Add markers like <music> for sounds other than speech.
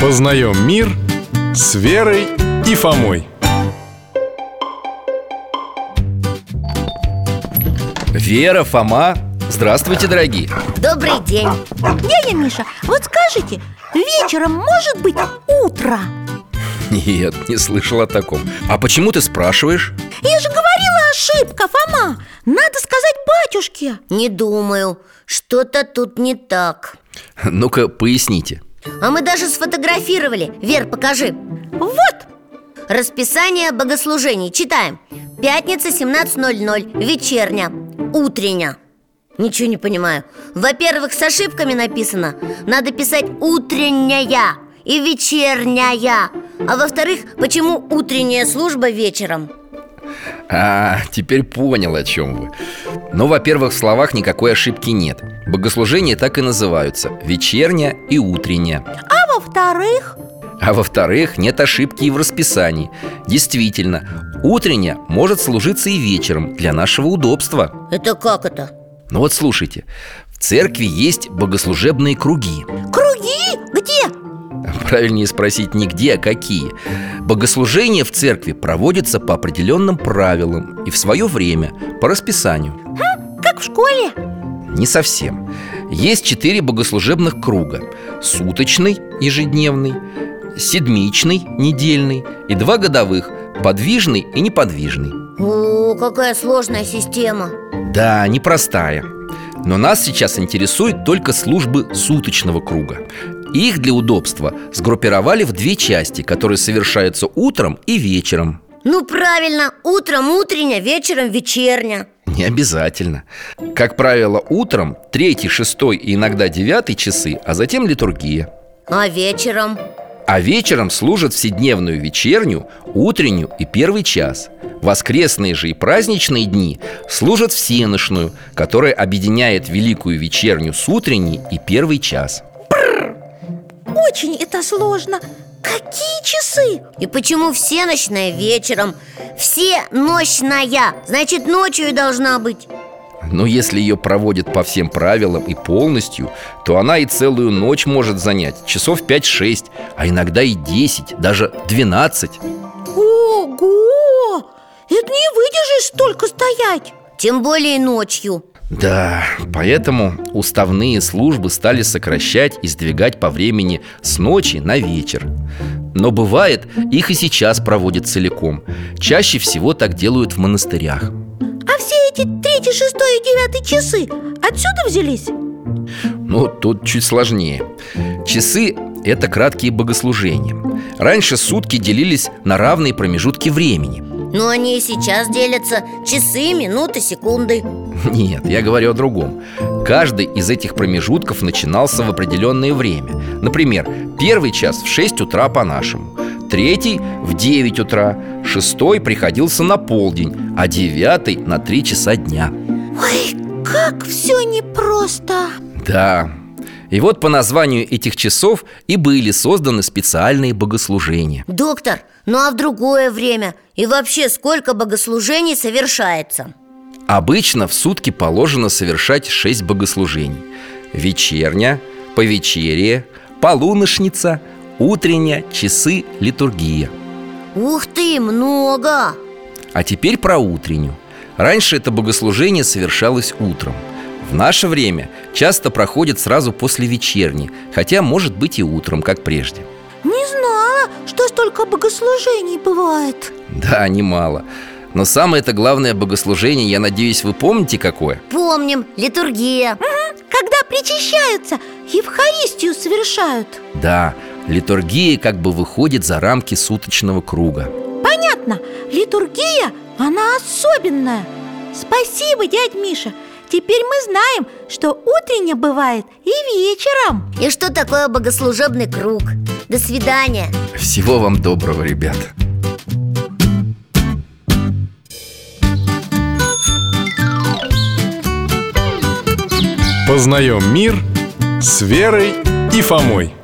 Познаем мир с Верой и Фомой. Вера, Фома, здравствуйте, дорогие Добрый день Дядя Миша, вот скажите, вечером может быть утро? Нет, не слышал о таком А почему ты спрашиваешь? Я же говорила ошибка, Фома Надо сказать батюшке Не думаю, что-то тут не так Ну-ка, поясните А мы даже сфотографировали Вер, покажи Вот, Расписание богослужений читаем Пятница 17.00, вечерня, утренняя Ничего не понимаю Во-первых, с ошибками написано Надо писать утренняя и вечерняя А во-вторых, почему утренняя служба вечером? А, теперь понял, о чем вы Но, во-первых, в словах никакой ошибки нет Богослужения так и называются Вечерняя и утренняя а во-вторых А во-вторых, нет ошибки и в расписании Действительно, утренняя может служиться и вечером Для нашего удобства Это как это? Ну вот слушайте В церкви есть богослужебные круги Круги? Где? Правильнее спросить не где, а какие Богослужения в церкви проводятся по определенным правилам И в свое время, по расписанию Как в школе Не совсем Есть четыре богослужебных круга Суточный, ежедневный Седмичный, недельный И два годовых Подвижный и неподвижный О, какая сложная система Да, непростая Но нас сейчас интересуют только службы суточного круга их для удобства сгруппировали в две части, которые совершаются утром и вечером. Ну правильно, утром утренняя, вечером вечерня Не обязательно. Как правило, утром третий, шестой и иногда девятый часы, а затем литургия. А вечером? А вечером служат вседневную вечерню, утреннюю и первый час. Воскресные же и праздничные дни служат всеношную, которая объединяет великую вечерню с утренней и первый час. Очень это сложно Какие часы? И почему все ночная вечером? Все ночная, значит ночью и должна быть Но если ее проводят по всем правилам и полностью, то она и целую ночь может занять, часов 5-6, а иногда и 10, даже 12. Ого! Это не выдержишь столько стоять Тем более ночью Да, поэтому уставные службы стали сокращать и сдвигать по времени с ночи на вечер. Но бывает, их и сейчас проводят целиком. Чаще всего так делают в монастырях. А все эти третий, шестой и девятый часы отсюда взялись? Но тут чуть сложнее. Часы – это краткие богослужения. Раньше сутки делились на равные промежутки времени. Но они и сейчас делятся часы, минуты, секунды <laughs> Нет, я говорю о другом. Каждый из этих промежутков начинался в определенное время. Например, первый час в 6 утра по-нашему, третий в 9 утра, шестой приходился на полдень, а девятый на 3 часа дня. Ой, как все непросто Да. И вот по названию этих часов и были созданы специальные богослужения. Доктор, ну а в другое время? И вообще сколько богослужений совершается? Обычно в сутки положено совершать шесть богослужений Вечерня, повечерие, полуношница, утренняя, часы, литургия Ух ты, много! А теперь про утреннюю Раньше это богослужение совершалось утром В наше время часто проходит сразу после вечерни Хотя может быть и утром, как прежде Не знала, что столько богослужений бывает Да, немало но самое-то главное богослужение, я надеюсь, вы помните какое? Помним, литургия Когда причащаются, Евхаристию совершают Да, литургия как бы выходит за рамки суточного круга Понятно, литургия, она особенная Спасибо, дядь Миша Теперь мы знаем, что утренняя бывает и вечером И что такое богослужебный круг? До свидания Всего вам доброго, ребята Познаем мир с Верой и Фомой.